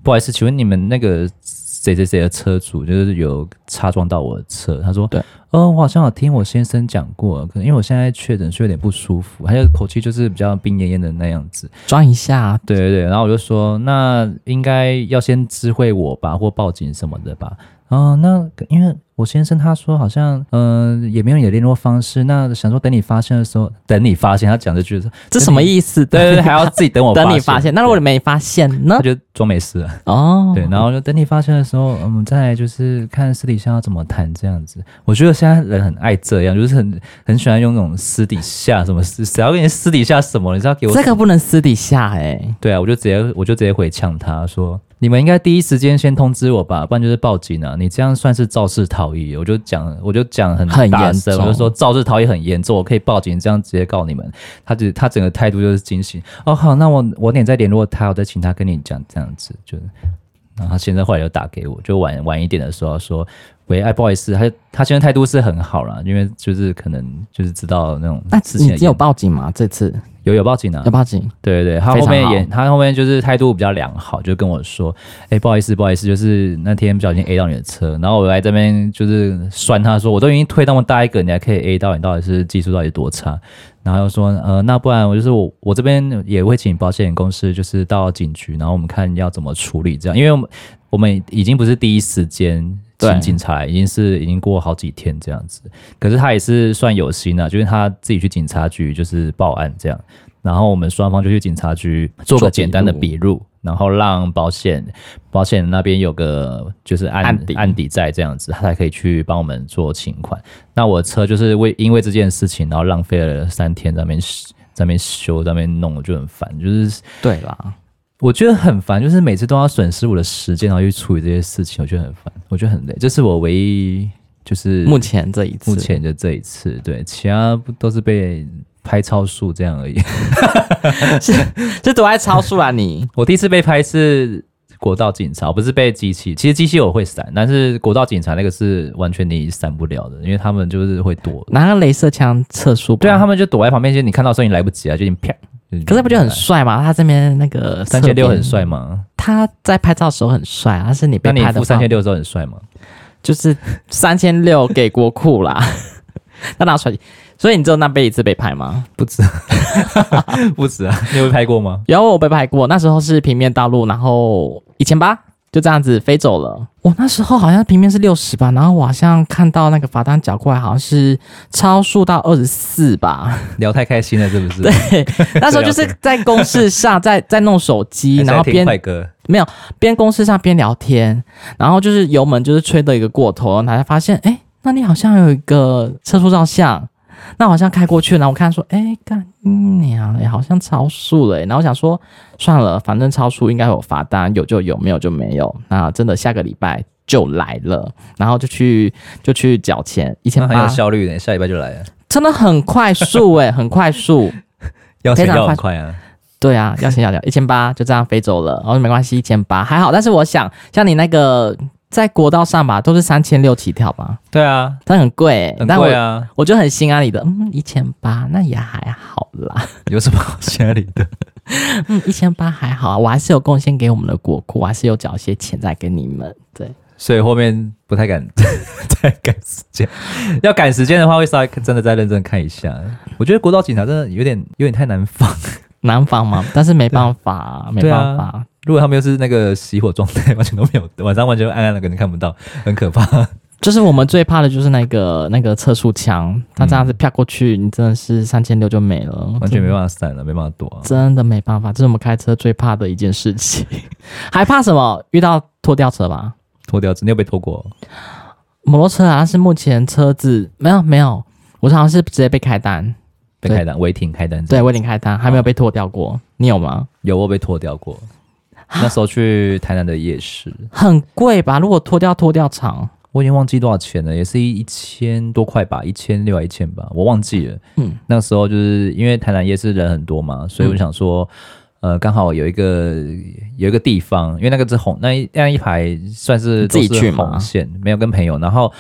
S2: 不好意思，请问你们那个谁谁谁的车主就是有擦撞到我的车？他说，
S1: 对，
S2: 嗯、我好像有听我先生讲过，可能因为我现在确诊，所以有点不舒服，他就口气就是比较病恹恹的那样子。
S1: 装一下，啊
S2: 对对对，然后我就说，那应该要先知会我吧，或报警什么的吧。啊、那因为我先生他说好像嗯、呃也没有你的联络方式，那想说等你发现的时候，等你发现他讲这句的时候，
S1: 这什么意思？
S2: 对对对，还要自己
S1: *laughs*
S2: 等我
S1: 等你发现。那如果
S2: 对
S1: 你没发现呢
S2: 他？就装没事了。
S1: 哦，
S2: 对，然后就等你发现的时候，我们再来就是看私底下要怎么谈这样子。我觉得现在人很爱这样，就是很很喜欢用那种私底下什么私，只要跟你私底下什么，你知道给我
S1: 这个不能私底下哎，
S2: 对啊，我就直接我就直接回呛他说：“你们应该第一时间先通知我吧，不然就是报警啊！你这样算是肇事逃逸。”我就讲，我就讲很
S1: 很
S2: 大
S1: 严
S2: 声，我
S1: 重
S2: 就说肇事逃逸很严重，我可以报警，这样直接告你们。他只他整个态度就是惊醒。哦，好，那我晚点再联络他，我再请他跟你讲这样子，就是。然后他现在后来又打给我，就晚晚一点的时候说，喂，哎，不好意思，他他现在态度是很好啦，因为就是可能就是知道那种
S1: 那
S2: 事情
S1: 你
S2: 的
S1: 啊哎你有
S2: 严
S1: 报警吗？这次
S2: 有有报警啊
S1: 有，报警？
S2: 对对，他
S1: 非
S2: 后
S1: 常
S2: 面
S1: 好
S2: 也他后面就是态度比较良好，就跟我说：“哎、不好意思，不好意思，就是那天不小心 A 到你的车。”然后我来这边就是酸他说：“我都已经推那么大一个，你还可以 A 到，你到底是技术到底多差？”然后又说：“呃，那不然我就是我我这边也会请保险公司就是到警局，然后我们看要怎么处理这样，因为我们我们已经不是第一时间。”
S1: 对
S2: 请警察已经是已经过好几天这样子，可是他也是算有心啊，就是他自己去警察局就是报案这样，然后我们双方就去警察局做个简单的笔录，然后让保险保险那边有个就是案
S1: 案底
S2: 案底在这样子，他才可以去帮我们做请款。那我车就是为因为这件事情，然后浪费了三天在那边修在那边修在那边弄，我就很烦，就是
S1: 对啦，
S2: 我觉得很烦，就是每次都要损失我的时间，然后去处理这些事情，我觉得很烦，我觉得很累，这是我唯一就是
S1: 目前这一次，
S2: 目前就这一次，对，其他不都是被拍超速这样而已。 *laughs*
S1: 这多爱超速啊
S2: *laughs*
S1: 你！
S2: 我第一次被拍是国道警察，不是被机器。其实机器我会闪，但是国道警察那个是完全你闪不了的，因为他们就是会躲。
S1: 拿个镭射枪测速吧，
S2: 对啊，他们就躲在旁边，就是你看到的时候你来不及啊，就已经啪。
S1: 可是不就很帅吗？他这边那个
S2: 三千六
S1: 侧边
S2: 很，帅吗？
S1: 他在拍照的时候很帅啊，但是你被
S2: 那你
S1: 拍的
S2: 付三千
S1: 六，
S2: 六的时候很帅吗？
S1: 就是三千六给国库啦。 *laughs* 他拿出来，所以你只有那被一次被拍吗？
S2: 不止，不止啊！你有被拍过吗？
S1: 然后我被拍过，那时候是平面道路，然后一千八就这样子飞走了。我那时候好像平面是六十吧，然后我好像看到那个罚单缴过来，好像是超速到二十四吧。
S2: *laughs* 聊太开心了，是不是？
S1: 那时候就是在公事上，在在弄手机，
S2: 啊还是在
S1: 然后
S2: 听
S1: 边
S2: 快歌，
S1: 没有边公事上边聊天，然后就是油门就是吹的一个过头，然后才发现，哎，那里好像有一个车速照相，那好像开过去，然后我看说，哎，干你娘嘞，好像超速了耶，然后我想说，算了，反正超速应该有罚单，有就有，没有就没有，那真的下个礼拜就来了，然后就去就去缴钱，一千
S2: 那很有
S1: 八，
S2: 效率的，下礼拜就来了，
S1: 真的很快速哎，很快速。
S2: 要钱
S1: 非常
S2: 要很
S1: 快
S2: 快啊！
S1: 对啊，要钱要掉，一千八就这样飞走了，然哦后没关系，一千八还好。但是我想，像你那个在国道上吧，都是三千六起跳吧，
S2: 对啊，
S1: 但很贵、欸，
S2: 很
S1: 但
S2: 贵
S1: 我
S2: 啊，
S1: 我就很心安理得，嗯，一千八那也还好啦，
S2: 有什么好 *laughs* 心里的？
S1: 嗯，一千八还好啊，我还是有贡献给我们的国库，我还是有缴一些钱再给你们。对，
S2: 所以后面不太敢 *laughs* 再赶时间。要赶时间的话，会稍微真的再认真看一下。我觉得国道警察真的有点有点太难防。
S1: 南方嘛，但是没办法啊、没
S2: *laughs* 对啊
S1: 办法啊，
S2: 如果他们又是那个熄火状态，完全都没有， *laughs* 晚上完全暗暗的，可能看不到，很可怕。
S1: 就是我们最怕的就是那个那个测速枪，它这样子啪过去，你真的是三千六就没了，
S2: 嗯完全没办法闪了，没办法躲、啊。
S1: 真的没办法，这是我们开车最怕的一件事情。 *laughs* 还怕什么？遇到拖吊车吧，
S2: 脱掉，你有被脱过？
S1: 摩托车啊，但是目前车子没有没有，我好像是直接被开单，
S2: 被
S1: 对
S2: 开单，违停开单。
S1: 对，我已经开单，还没有被拖掉过。你有吗？
S2: 有我有被脱掉过。那时候去台南的夜市，
S1: 很贵吧？如果拖掉拖掉
S2: *laughs*
S1: 长，
S2: 我已经忘记多少钱了，也是一一千多块吧，一千六还一千吧，我忘记了。
S1: 嗯，
S2: 那时候就是因为台南夜市人很多嘛，所以我想说，
S1: 嗯
S2: 呃，刚好有一个有一个地方，因为那个是红那一那一排算是
S1: 自己
S2: 都是
S1: 去吗
S2: 红线，没有跟朋友。然后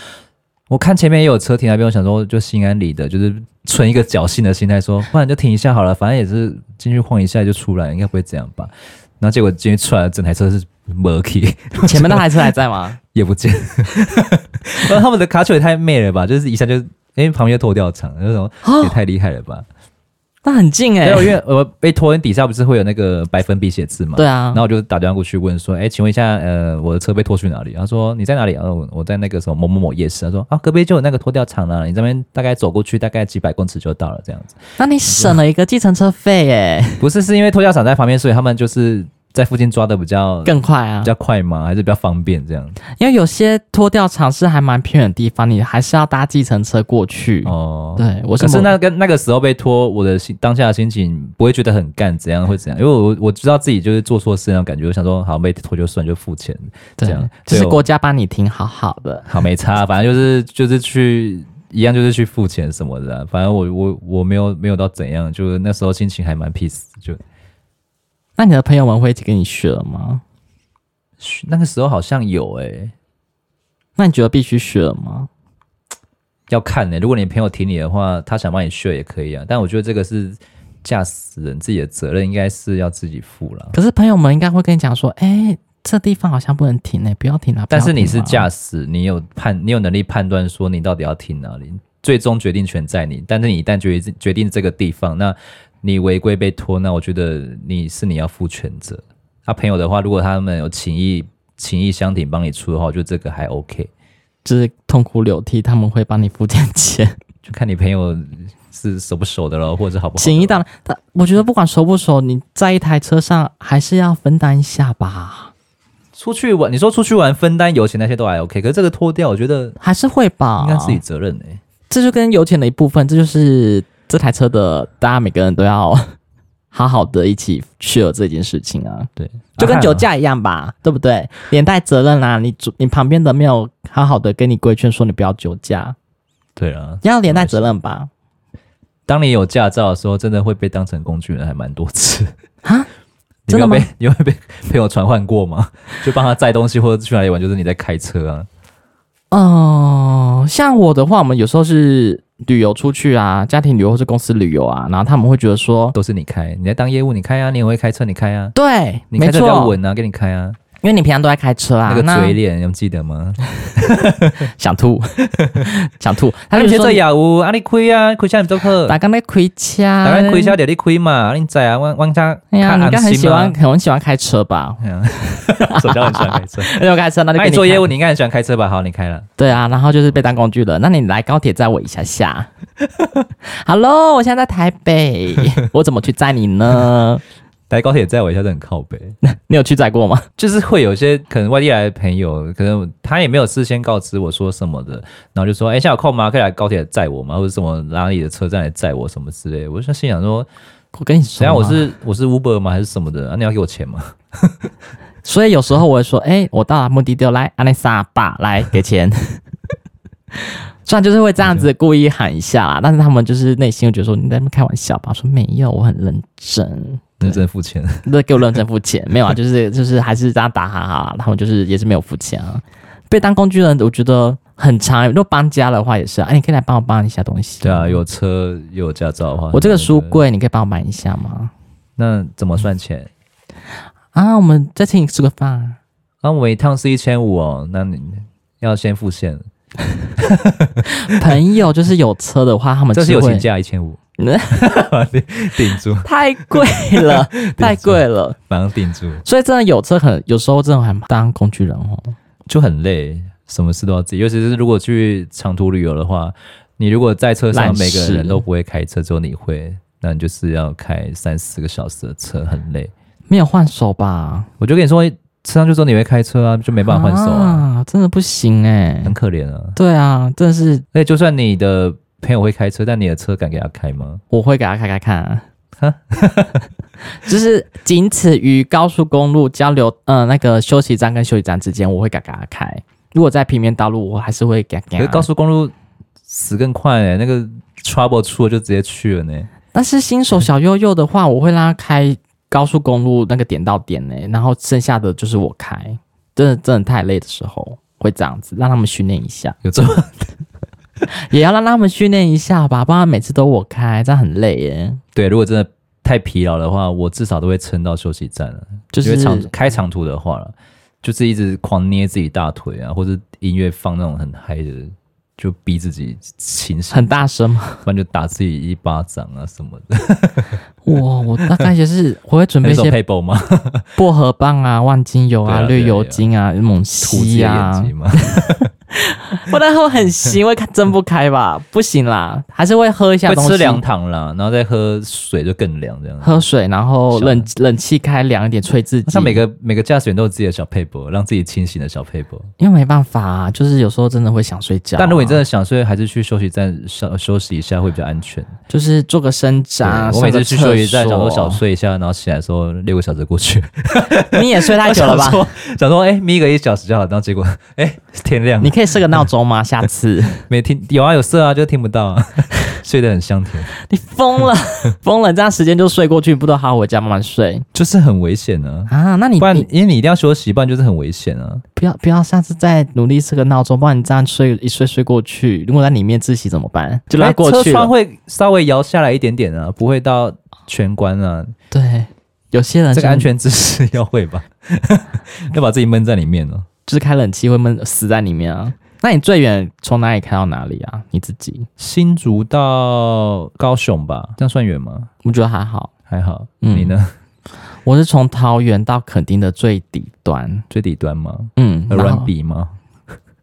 S2: 我看前面也有车停那边，我想说就心安理得，就是存一个侥幸的心态说，不然就停一下好了，反正也是进去晃一下就出来，应该不会这样吧。然后结果进去出来，整台车是 m u k y
S1: 前面那台车还在吗？
S2: 也不
S1: *laughs*
S2: 见。然后他们哦的卡丘也太媚了吧，就是一下就，因为旁边就脱掉场，那种也太厉害了吧。
S1: 那很近哦哎、
S2: 对，因为我被拖，底下不是会有那个白粉笔写字嘛？
S1: 对啊
S2: 然后我就打电话过去问说：“哎，请问一下，呃，我的车被拖去哪里？”他说：“你在哪里？”啊，我我在那个什么某某某夜市。他说：“啊，隔壁就有那个拖吊厂了，你这边大概走过去大概几百公尺就到了。”这
S1: *laughs*
S2: 样子，
S1: 那你省了一个计程车费哎、
S2: 不是是因为拖吊厂在旁边，所以他们就是在附近抓的比较
S1: 更快啊
S2: 比！较快吗？还是比较方便这样？
S1: 因为有些拖吊场是还蛮偏远的地方，你还是要搭计程车过去。
S2: 哦，
S1: 对，我
S2: 可是
S1: 某
S2: 那跟那个时候被拖，我的心当下的心情不会觉得很干，怎样会怎样？因为我我知道自己就是做错事那种感觉，我想说好被拖就算，就付钱这
S1: 对
S2: 样。，
S1: 就是
S2: 所以我
S1: 国家帮你停好好的。
S2: 好没差，反正就是就是去一样就是去付钱什么的啊、反正我我我没有没有到怎样，就是那时候心情还蛮 peace，就
S1: 那你的朋友们会一起跟你学吗？
S2: 那个时候好像有欸诶、
S1: 那你觉得必须学吗？
S2: 要看欸呢、如果你朋友挺你的话，他想帮你 share 也可以啊，但我觉得这个是驾驶人自己的责任，应该是要自己付啦。
S1: 可是朋友们应该会跟你讲说，哎、这地方好像不能停哎、不要停了、
S2: 但是你是
S1: 样，
S2: 驾驶，你有判，你有能力判断说你到底要停哪里，最终决定权在你。但是你一旦决定决定这个地方，那你违规被拖，那我觉得你是你要负全责。他、朋友的话，如果他们有情谊情谊相挺帮你出的话，我觉得这个还 OK，
S1: 就是痛哭流涕，他们会帮你付点 *laughs* 钱。
S2: 就看你朋友是熟不熟的咯，或者好不好。
S1: 情谊当然，但我觉得不管熟不熟，你在一台车上还是要分担一下吧，
S2: 出去玩，你说出去玩分担油钱那些都还 OK，可是这个拖掉，我觉得
S1: 还是会吧。
S2: 应该自己责任哎、
S1: 啊这就跟油钱的一部分，这就是这台车的，大家每个人都要 *laughs* 好好的一起 share 这件事情啊，
S2: 对，
S1: 就跟
S2: 啊
S1: 酒驾一样吧，对不对？连带责任啦、你主你旁边的没有好好的跟你规劝说你不要酒驾，
S2: 对啊，
S1: 要连带责任吧？
S2: 当你有驾照的时候，真的会被当成工具人，还蛮多次。
S1: 啊，
S2: *laughs* 你没
S1: 真
S2: 有
S1: 的吗
S2: 被 *laughs* 你会被朋友传唤过吗？ *laughs* 就帮他载东西或者去哪里玩，就是你在开车啊。
S1: 哦、像我的话，我们有时候是旅游出去啊，家庭旅游或是公司旅游啊，然后他们会觉得说，
S2: 都是你开，你在当业务，你开啊，你也会开车，你开啊，
S1: 对，
S2: 你
S1: 没
S2: 开车比较
S1: 错，
S2: 稳啊，给你开啊。
S1: 因为你平常都在开车啊，
S2: 那个
S1: 那
S2: 嘴脸，你们记得吗？
S1: 想吐， *laughs* 想吐， *laughs* 他
S2: 啊
S1: 就
S2: 你
S1: 觉
S2: 觉
S1: 得
S2: 得也有，啊你开啊，开车你都可，
S1: 打刚在开车，啊
S2: 当然开车就你开嘛，啊你载啊，往往家
S1: 哎呀，
S2: 看
S1: 你应该很
S2: 安
S1: 喜
S2: 心啊 *laughs*
S1: 欢，。很喜欢开车吧？
S2: 哎呀手脚很喜欢开车，
S1: *laughs* 很喜欢开车，那就
S2: 那
S1: 给
S2: 你做业
S1: 看
S2: 务，你应该很喜欢开车吧？好，你开了。
S1: 对啊，然后就是被当工具人。那你来高铁载我一下下。Hello，我现在在台
S2: *laughs*
S1: 北，我怎么去载你呢？
S2: 来高铁载我一下，就很靠北。
S1: 你有去载过吗？
S2: 就是会有一些可能外地来的朋友，可能他也没有事先告知我说什么的，然后就说：“哎、现在有空吗？可以来高铁载我吗？或者什么哪里的车站来载我什么之类的。”我就心想说
S1: 我跟你：“说
S2: 等一
S1: 嘛，
S2: 下我是啊我是 Uber 吗？还是什么的？啊，你要给我钱吗
S1: 所以有时候我会说，哎、我到了目的地了，来阿内萨爸，来给
S2: *laughs*
S1: 钱。虽然就是会这样子故意喊一下啦，但是他们就是内心就觉得说你在那边开玩笑吧，我说没有，我很认真。？”
S2: 认真付钱，
S1: 那给我认真付钱，没有啊，就是就是还是这样打哈哈，他们就是也是没有付钱啊。被当工具人，我觉得很长。如果搬家的话也是啊，哎，你可以来帮我搬一下东西。
S2: 对啊，有车又有驾照的话，
S1: 我这个书柜你可以帮我搬一下吗？
S2: 那怎么算钱？
S1: 啊，我们再请你吃个
S2: *laughs*
S1: 饭。
S2: 啊，我一趟是一千五哦，那你要先付现，
S1: 朋友就是有车的话，他们
S2: 这是
S1: 就
S2: 有
S1: 会
S2: 请假一千五， *laughs*
S1: 嗯
S2: 顶住，
S1: *laughs* 太贵
S2: *laughs*
S1: 了，太贵了。
S2: 马上顶住，
S1: 所以真的有车，可能有时候真的还蛮当工具人哦。
S2: 就很累，什么事都要自己，尤其是如果去长途旅游的话，你如果在车上
S1: 懒
S2: 每个
S1: 事
S2: 人都不会开车，只有你会，那你就是要开三四个小时的车，很累。
S1: 没有换手吧？
S2: 我就跟你说，车上就说你会开车啊，就没
S1: 没
S2: 办法换手啊，
S1: 真的不行哎、
S2: 很可怜啊。
S1: 对啊，真的是
S2: 而且就算你的朋友会开车，但你的车敢给他开吗？
S1: 我会给他开开看、啊。 *laughs* 就是仅此于高速公路交流，呃，那个休息站跟休息站之间，我会给他开。如果在平面道路，我还是会给啊他
S2: 可是
S1: 开。
S2: 高速公路死更快哎、那个 trouble 出了就直接去了呢、
S1: 但是新手小悠悠的话，我会让他开高速公路那个点到点呢、然后剩下的就是我开。真的真的太累的时候，会这样子让他们训练一下，
S2: 有这么
S1: 也要让他们训练一下吧，不然每次都我开，这样很累耶、
S2: 对，如果真的太疲劳的话，我至少都会撑到休息站啊了。
S1: 就
S2: 因
S1: 是
S2: 为长开长途的话了，就是一直狂捏自己大腿啊，或者音乐放那种很嗨的，就逼自己清醒，
S1: 很大声嘛。
S2: 不然就打自己一巴掌啊什么的。
S1: 哇，我大概也是我会准备
S2: 那
S1: 一
S2: 种
S1: 些啊
S2: paper 吗？
S1: 薄荷棒啊、万金油啊、
S2: 对啊对啊
S1: 绿油精啊、猛
S2: 涂自己
S1: 吸
S2: 的眼
S1: 啊，
S2: 睛吗？
S1: 不然会很腥，会睁不开吧？不行啦，还是会喝一下
S2: 会
S1: 东西，
S2: 吃凉糖啦，然后再喝水就更凉这样。
S1: 喝水，然后
S2: 小
S1: 冷冷气开凉一点，吹自己。
S2: 像每个每个驾驶员都有自己的小 paper，让自己清醒的小 paper。
S1: 因为没办法、啊，就是有时候真的会想睡觉啊、
S2: 但如果你真的想睡，还是去休息站休休息一下会比较安全。
S1: 就是做个伸展啊，
S2: 对我每次去
S1: 上
S2: 休
S1: 个
S2: 息站想说
S1: 厕所啊
S2: 小，睡一下，然后起来的时候六个小时过去，
S1: 你也睡太久了吧
S2: *laughs* 想？说想说哎眯个一小时就好，然后结果 *laughs* 哎天亮了
S1: 你，可以设个闹钟吗？下
S2: *laughs*
S1: 次
S2: 没听有啊有色啊，就听不到啊， *laughs* 睡得很香甜，
S1: 你疯 *laughs* 了，疯了，这样时间就睡过去，不都好好回家慢慢睡
S2: 就是很危险啊。
S1: 啊？那你
S2: 不然
S1: 你
S2: 因为你一定要休息，不然就是很危险啊。
S1: 不要不要，下次再努力设个闹钟，不然你这样睡一睡睡过去，如果在里面自习怎么办？就拉
S2: 哎
S1: 过
S2: 车
S1: 去
S2: 窗
S1: 了。
S2: 会稍微摇下来一点点啊，不会到全关啊。
S1: 对，有些人
S2: 这个安
S1: 就是
S2: 全知识要会
S1: *laughs*
S2: 吧，要把自己闷在里面哦。
S1: 就是开冷气会闷死在里面啊。那你最远从哪里开到哪里啊？你自己？
S2: 新竹到高雄吧，这样算远吗？
S1: 我觉得还好。
S2: 还好，
S1: 嗯
S2: 你呢？
S1: 我是从桃园到垦丁的最底端，
S2: 最底端吗？
S1: 嗯，
S2: 和
S1: 然后
S2: 软笔吗？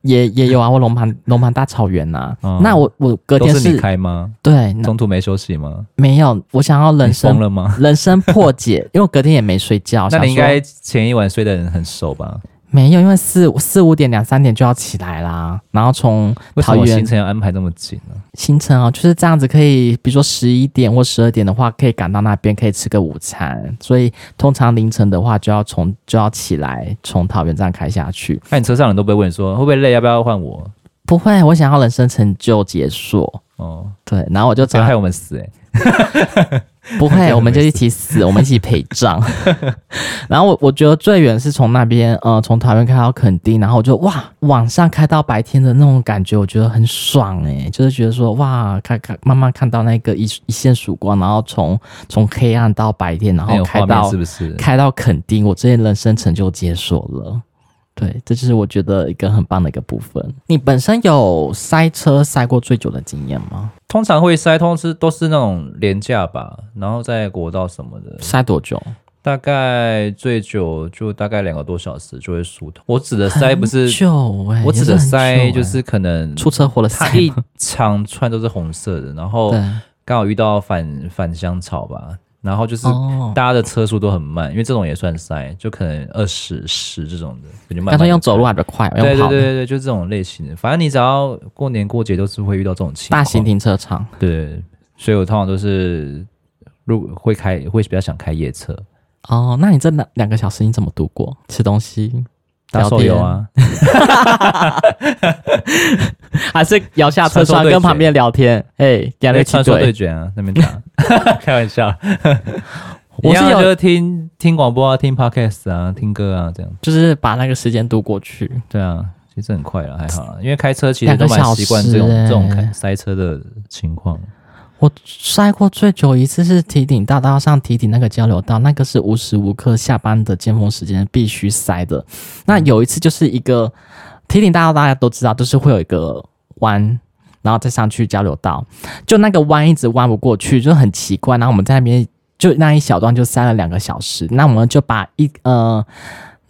S1: 也也有啊，我 *laughs* 龙盘龙盘大草原呐、
S2: 哦
S1: 那我我隔
S2: 都
S1: 天
S2: 是
S1: 是
S2: 你开吗？
S1: 对，那
S2: 中途没休息吗？
S1: 没有，我想要人
S2: 你疯
S1: 生
S2: 了吗？
S1: 人生破解，因为我隔天也没睡觉，
S2: *laughs* 那
S1: 想
S2: 你应
S1: 说
S2: 该前一晚睡得很很熟吧？
S1: 没有，因为四四五点两三点就要起来啦，然后从
S2: 为什
S1: 桃
S2: 么
S1: 园
S2: 行程要安排这么紧呢、
S1: 行程哦，就是这样子，可以比如说十一点或十二点的话，可以赶到那边，可以吃个午餐，所以通常凌晨的话就要从就要起来，从桃园站开下去。
S2: 那你车上人都不会问说会不会累，要不要换我？
S1: 不会，我想要人生成就解锁。
S2: 哦，
S1: 对，然后我就
S2: 不
S1: 找
S2: 要
S1: 他
S2: 害我们死哎、
S1: 啊不
S2: *laughs*
S1: 会，我们就一起死，我们一起陪葬。 *laughs* 然后我我觉得最远是从那边，呃，从桃园开到垦丁，然后我就哇，晚上开到白天的那种感觉，我觉得很爽诶、就是觉得说哇，看看慢慢看到那个一一线曙光，然后从从黑暗到白天，然
S2: 很
S1: 后
S2: 有
S1: 哦开
S2: 哎画面
S1: 到
S2: 是不是？
S1: 开到垦丁，我这些人生成就解锁了。对，这就是我觉得一个很棒的一个部分。你本身有塞车塞过最久的经验吗？
S2: 通常会塞，通是都是那种廉价吧，然后在国道什么的，
S1: 塞多久？
S2: 大概最久就大概两个多小时就会疏通。我指的塞不是
S1: 很，久哎、
S2: 我指的
S1: 也是很久
S2: 塞
S1: 欸
S2: 就是可能
S1: 出车祸了塞
S2: 它一长串都是红色的，然后
S1: 对
S2: 刚好遇到反反香草吧，然后就是
S1: 哦，
S2: 大家的车速都很慢，因为这种也算塞，就可能二十十这种的，就慢慢
S1: 干
S2: 地
S1: 脆用走路还比较快，
S2: 对
S1: 用
S2: 对
S1: 跑
S2: 对
S1: 的。
S2: 对对，就这种类型的。反正你只要过年过节都是会遇到这种情况。
S1: 大型停车场，
S2: 对，所以我通常都是如果会开，会比较想开夜车，
S1: 哦，那你这两两个小时你怎么度过？吃东西，
S2: 打手游啊，
S1: 还是摇下车
S2: 穿梭
S1: 窗
S2: 对
S1: 跟
S2: 决
S1: 旁边聊天？哎，两
S2: *laughs* 对，
S1: 个七
S2: 传说对
S1: 对，
S2: 决啊，那边打， *laughs* 开玩笑，
S1: 我
S2: 一
S1: 是
S2: 样啊就
S1: 有
S2: 是听听广播啊，听 podcast 啊，听歌啊，这样，
S1: 就是把那个时间度过去。
S2: 对啊。其实很快了，还好啊啦，因为开车其实
S1: 两
S2: 都
S1: 个
S2: 蛮习惯这种
S1: 小时欸
S2: 这种开塞车的情况。
S1: 我塞过最久一次是提顶大道上提顶那个交流道，那个是无时无刻下班的尖峰时间必须塞的。那有一次就是一个提顶大道，大家都知道，就是会有一个弯，然后再上去交流道，就那个弯一直弯不过去，就很奇怪。然后我们在那边就那一小段就塞了两个小时，那我们就把一呃。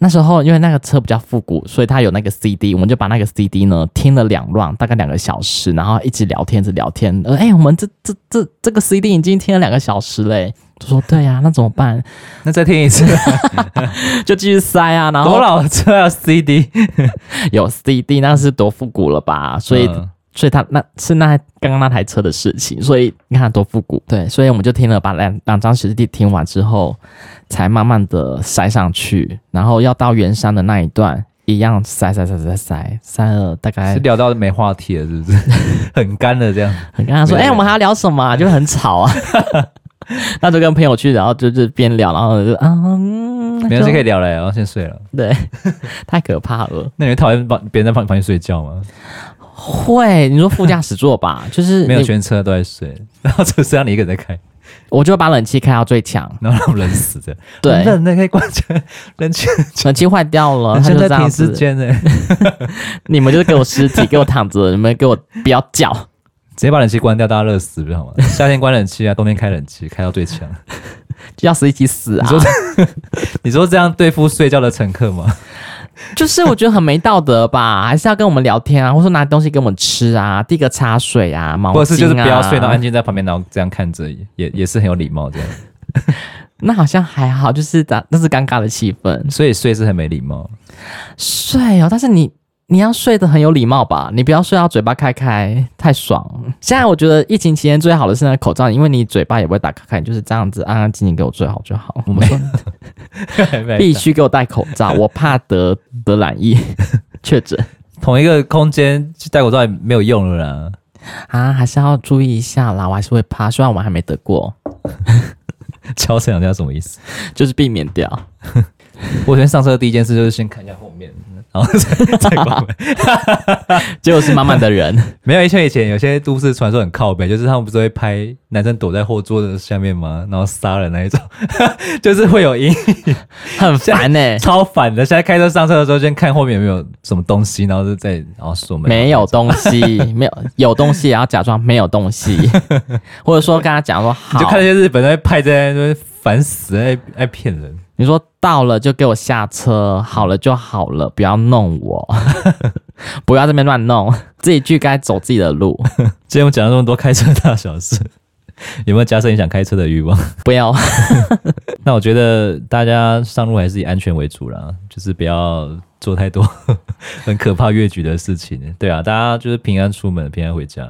S1: 那时候因为那个车比较复古，所以它有那个 CD，我们就把那个 CD 呢听了两 round，大概两个小时，然后一直聊天，一直聊天。呃，哎、我们这这这这个 CD 已经听了两个小时嘞、就说对呀、那怎么办？ *laughs*
S2: 那再听一次，
S1: 就继续塞啊，然
S2: 多
S1: 后
S2: 老车啊，CD，
S1: 有 CD，那是多复古了吧？所以、
S2: 嗯
S1: 所以他那是那刚刚那台车的事情，所以你看多复古。对，所以我们就听了把两两张 CD 听完之后，才慢慢的塞上去，然后要到圆山的那一段。一样塞塞塞塞塞塞了大概
S2: 是聊到没话题了，是 *laughs* 不是？很干了这样。
S1: 很跟他说，
S2: 没
S1: 哎、
S2: 有
S1: 我们还要聊什么、啊？就很吵啊。那就跟朋友去，然后就是边聊，然后就啊，嗯，
S2: 没有事
S1: 就
S2: 可以聊了、然后先睡了。
S1: 对， *laughs* 太可怕了。
S2: 那你会讨厌帮别人在旁旁边睡觉吗？
S1: 会，你说副驾驶座吧，就是
S2: 没有
S1: 你
S2: 全车都在睡，然后只剩下你一个人在开。
S1: 我就把冷气开到最强，
S2: 然后让我冷死的。
S1: 对
S2: 很，冷的可以关起来，冷气
S1: 冷气坏掉了，
S2: 冷
S1: 它
S2: 气
S1: 就
S2: 在
S1: 这样
S2: 停时
S1: 子。
S2: 间呢，
S1: 你们就是给我尸体，给我躺着，你们给我不要叫。
S2: 直接把冷气关掉，大家热死不是
S1: *laughs*
S2: 好吗？夏天关冷气啊，冬天开冷气，开到最强。
S1: 啊要死一起死啊
S2: 你！说 *laughs* 你说这样对付睡觉的乘客吗？
S1: 就是我觉得很没道德吧， *laughs* 还是要跟我们聊天啊，或者说拿东西给我们吃啊，递个茶水啊，毛巾啊，
S2: 或者是就是不要睡到安静在旁边，然后这样看着，也也是很有礼貌这样。
S1: 那好像还好，就是打那是尴尬的气氛。
S2: 所以睡是很没礼貌。
S1: 睡哦，但是你你要睡得很有礼貌吧，你不要睡到嘴巴开开，太爽。现在我觉得疫情期间最好的是那个口罩，因为你嘴巴也不会打开开，你就是这样子安安静静给我最好就好。
S2: 我没有
S1: 必须给我戴口罩，我怕得得染疫 *laughs* 确诊
S2: 同一个空间戴口罩也没有用了啦。 *laughs*
S1: 啊，还是要注意一下啦。我还是会怕，虽然我还没得过，
S2: 敲这两下什么意思？
S1: 就是避免掉。
S2: 我昨天上车的第一件事就是先看一下后面，然后 *laughs* 再再关门。
S1: *laughs* 结果是妈妈的人，
S2: *laughs* 没有，像以前有些都市传说很靠北，就是他们不是会拍男生躲在后座的下面吗？然后杀人那一种， *laughs* 就是会有阴影，
S1: 很烦欸呢、
S2: 超反的。现在开车上车的时候，先看后面有没有什么东西，然后就再然后锁门。
S1: 没有东
S2: *laughs*
S1: 西，没有有东西也要假装没有东西，或者说跟他讲说好，
S2: 你就看那些日本人在派在那边烦死，爱爱骗人。
S1: 你说到了就给我下车，好了就好了，不要弄我， *laughs* 不要这边乱弄，自己去该走自己的路，
S2: 今天我们讲了那么多开车大小事，有没有加深你想开车的欲望？
S1: 不要
S2: 那我觉得大家上路还是以安全为主啦，就是不要做太多 *laughs* 很可怕越矩的事情。对啊，大家就是平安出门，平安回家。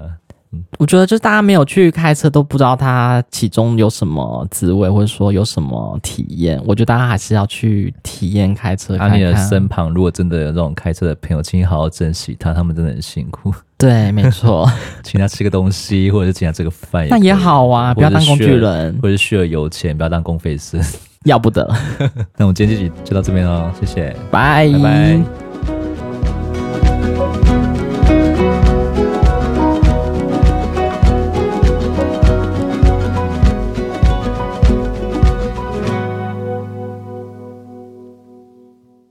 S1: 我觉得就是大家没有去开车，都不知道它其中有什么滋味，或者说有什么体验。我觉得大家还是要去体验开车看看。
S2: 阿啊尼的身旁如果真的有这种开车的朋友，请你好好珍惜他，他们真的很辛
S1: *laughs*
S2: 苦。
S1: 对，没
S2: *laughs*
S1: 错，
S2: 请他吃个东西，或者是请他吃个饭，
S1: 那也好啊，不
S2: 或者
S1: 要
S2: 是
S1: 当工具
S2: 需要
S1: 人，
S2: 或者需要油钱，不要当公 *laughs* 费生。
S1: 要不得。
S2: 那我们今天这集就到这边喽，谢谢，
S1: 拜
S2: 拜拜。